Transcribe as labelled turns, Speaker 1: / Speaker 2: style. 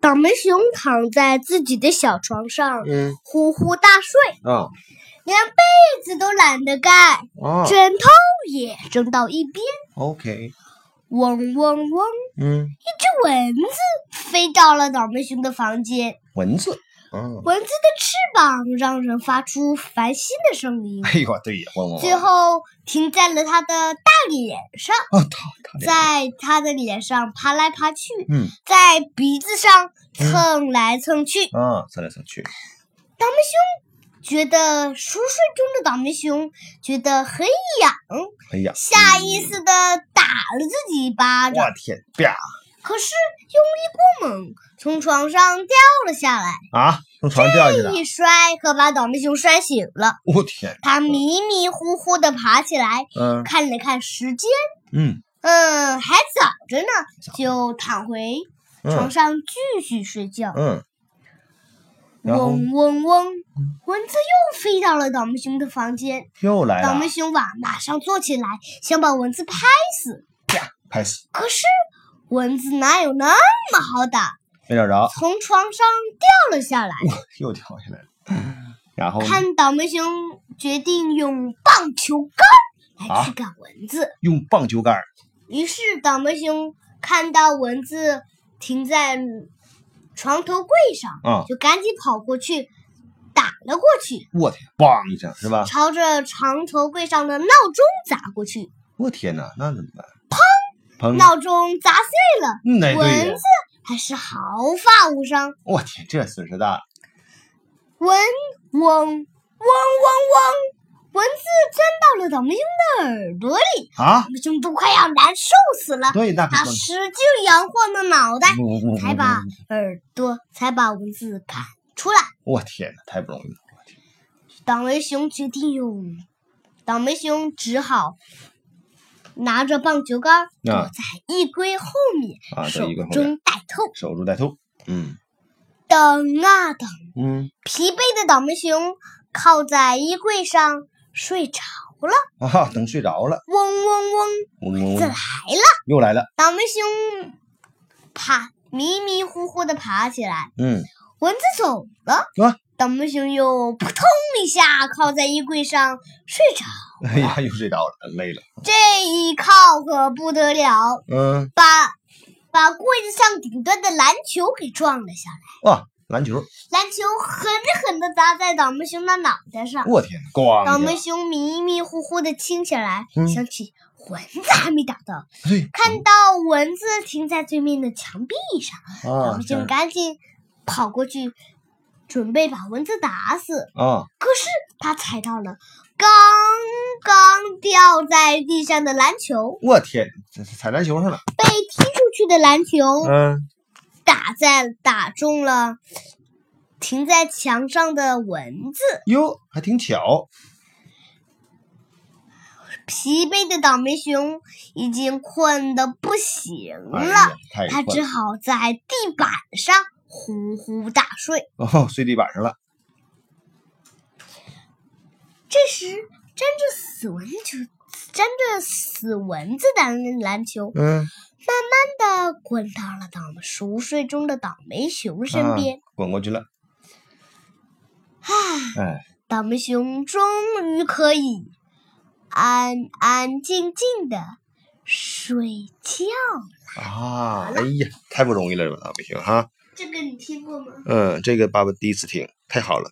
Speaker 1: 倒霉熊躺在自己的小床上，
Speaker 2: 嗯
Speaker 1: 呼呼大睡，
Speaker 2: 啊
Speaker 1: 连被子都懒得盖，
Speaker 2: 啊
Speaker 1: 枕头也扔到一边。
Speaker 2: ，OK，
Speaker 1: 嗡嗡嗡，
Speaker 2: 嗯，
Speaker 1: 一只蚊子飞到了倒霉熊的房间，
Speaker 2: 蚊子，嗯，
Speaker 1: 蚊子的翅膀让人发出烦心的声音，
Speaker 2: 哎呦，对呀，嗡嗡嗡，
Speaker 1: 最后停在了他的大脸上，
Speaker 2: 啊，他他俩，
Speaker 1: 在他的脸上爬来爬去，
Speaker 2: 嗯
Speaker 1: 在鼻子上蹭来蹭去。
Speaker 2: 啊，蹭来蹭去，
Speaker 1: 倒霉熊觉得熟睡中的倒霉熊觉得很痒，
Speaker 2: 哎呀，
Speaker 1: 下意识的打了自己一巴掌，
Speaker 2: 我天，啪
Speaker 1: 可是用力过猛，从床上掉了下来，
Speaker 2: 啊，从床掉下去了，
Speaker 1: 一摔可把倒霉熊摔醒了。
Speaker 2: 我天，
Speaker 1: 他迷迷糊糊的爬起来，
Speaker 2: 嗯
Speaker 1: 看了看时间，
Speaker 2: 嗯
Speaker 1: 嗯，还早着呢，就躺回床
Speaker 2: 嗯
Speaker 1: 上继续睡觉。
Speaker 2: 嗯，然后
Speaker 1: 嗡嗡嗡，蚊子又飞到了倒霉熊的房间。
Speaker 2: 又来
Speaker 1: 倒
Speaker 2: 了啊
Speaker 1: 霉，熊马马上坐起来，想把蚊子拍死。
Speaker 2: 啪，拍死，
Speaker 1: 可是蚊子哪有那么好打？
Speaker 2: 没找着，
Speaker 1: 从床上掉了下来。
Speaker 2: 又掉下来了，然后呢
Speaker 1: 看倒霉熊决定用棒球杆儿
Speaker 2: 啊
Speaker 1: 来驱赶蚊子。
Speaker 2: 用棒球杆儿，
Speaker 1: 于是倒霉熊看到蚊子停在床头柜上，
Speaker 2: 啊，
Speaker 1: 就赶紧跑过去打了过去，
Speaker 2: 我天，梆一声是吧？
Speaker 1: 朝着床头柜上的闹钟砸过去。
Speaker 2: 我天哪，那怎么办？砰砰，
Speaker 1: 闹钟砸碎了。
Speaker 2: 嗯哎对
Speaker 1: 蚊
Speaker 2: 呀
Speaker 1: 子，还是毫发无伤。
Speaker 2: 我天，这损失大了，
Speaker 1: 蚊嗡嗡嗡嗡，蚊子钻到了倒霉熊的耳朵里，
Speaker 2: 啊
Speaker 1: 倒，霉熊都快要难受死了。
Speaker 2: 对，那可
Speaker 1: 他
Speaker 2: 不能
Speaker 1: 使劲摇晃着脑袋，才把
Speaker 2: 嗯嗯嗯嗯
Speaker 1: 耳朵才把蚊子赶出来。
Speaker 2: 我天哪，太不容易了，我天
Speaker 1: 倒霉熊决定用，倒霉熊只好拿着棒球杆躲
Speaker 2: 啊
Speaker 1: 在衣柜后面，
Speaker 2: 啊，
Speaker 1: 手
Speaker 2: 这一个后面
Speaker 1: 中带透。
Speaker 2: 守株待兔，嗯
Speaker 1: 等啊等。
Speaker 2: 嗯
Speaker 1: 疲惫的倒霉熊靠在衣柜上睡着了，
Speaker 2: 啊，等睡着了，
Speaker 1: 嗡嗡嗡，
Speaker 2: 嗡嗡
Speaker 1: 这
Speaker 2: 嗡
Speaker 1: 来，了。
Speaker 2: 又来了，
Speaker 1: 倒霉熊爬迷迷糊糊的爬起来，
Speaker 2: 嗯
Speaker 1: 蚊子走了，
Speaker 2: 啊，
Speaker 1: 倒霉熊又扑通一下靠在衣柜上睡着。
Speaker 2: 哎呀，又睡着了，累了，
Speaker 1: 这一靠可不得了，
Speaker 2: 嗯
Speaker 1: 把把柜子上顶端的篮球给撞了下来，
Speaker 2: 哇，篮球，
Speaker 1: 篮球狠狠的砸在倒霉熊的脑袋上。
Speaker 2: 我天，咣
Speaker 1: 倒霉
Speaker 2: 一下，
Speaker 1: 熊迷迷糊糊的清起来，
Speaker 2: 嗯
Speaker 1: 想起蚊子还没打到，
Speaker 2: 对，
Speaker 1: 看到蚊子停在对面的墙壁上，倒
Speaker 2: 啊
Speaker 1: 霉
Speaker 2: 这
Speaker 1: 熊
Speaker 2: 样
Speaker 1: 赶紧跑过去，准备把蚊子打死。
Speaker 2: 啊，
Speaker 1: 可是他踩到了刚刚掉在地上的篮球，
Speaker 2: 我天，这是踩篮球上了，
Speaker 1: 被踢出去的篮球
Speaker 2: 嗯，
Speaker 1: 打在打中了停在墙上的蚊子。
Speaker 2: 哟，还挺巧，
Speaker 1: 疲惫的倒霉熊已经困得不行
Speaker 2: 哎
Speaker 1: 了，
Speaker 2: 呀，太
Speaker 1: 它
Speaker 2: 困
Speaker 1: 只
Speaker 2: 了，
Speaker 1: 好在地板上呼呼大睡。
Speaker 2: 哦，睡地板上了，
Speaker 1: 这时，粘着死蚊球、粘着死蚊子的篮球
Speaker 2: 嗯，
Speaker 1: 慢慢的滚到了倒霉熟睡中的倒霉熊身
Speaker 2: 啊
Speaker 1: 边。
Speaker 2: 滚过去了，哎，
Speaker 1: 倒霉熊终于可以安安静静的睡觉。
Speaker 2: 啊，哎呀，太不容易了，这个倒霉熊哈。
Speaker 1: 这个你听过吗？
Speaker 2: 嗯，这个爸爸第一次听，太好了。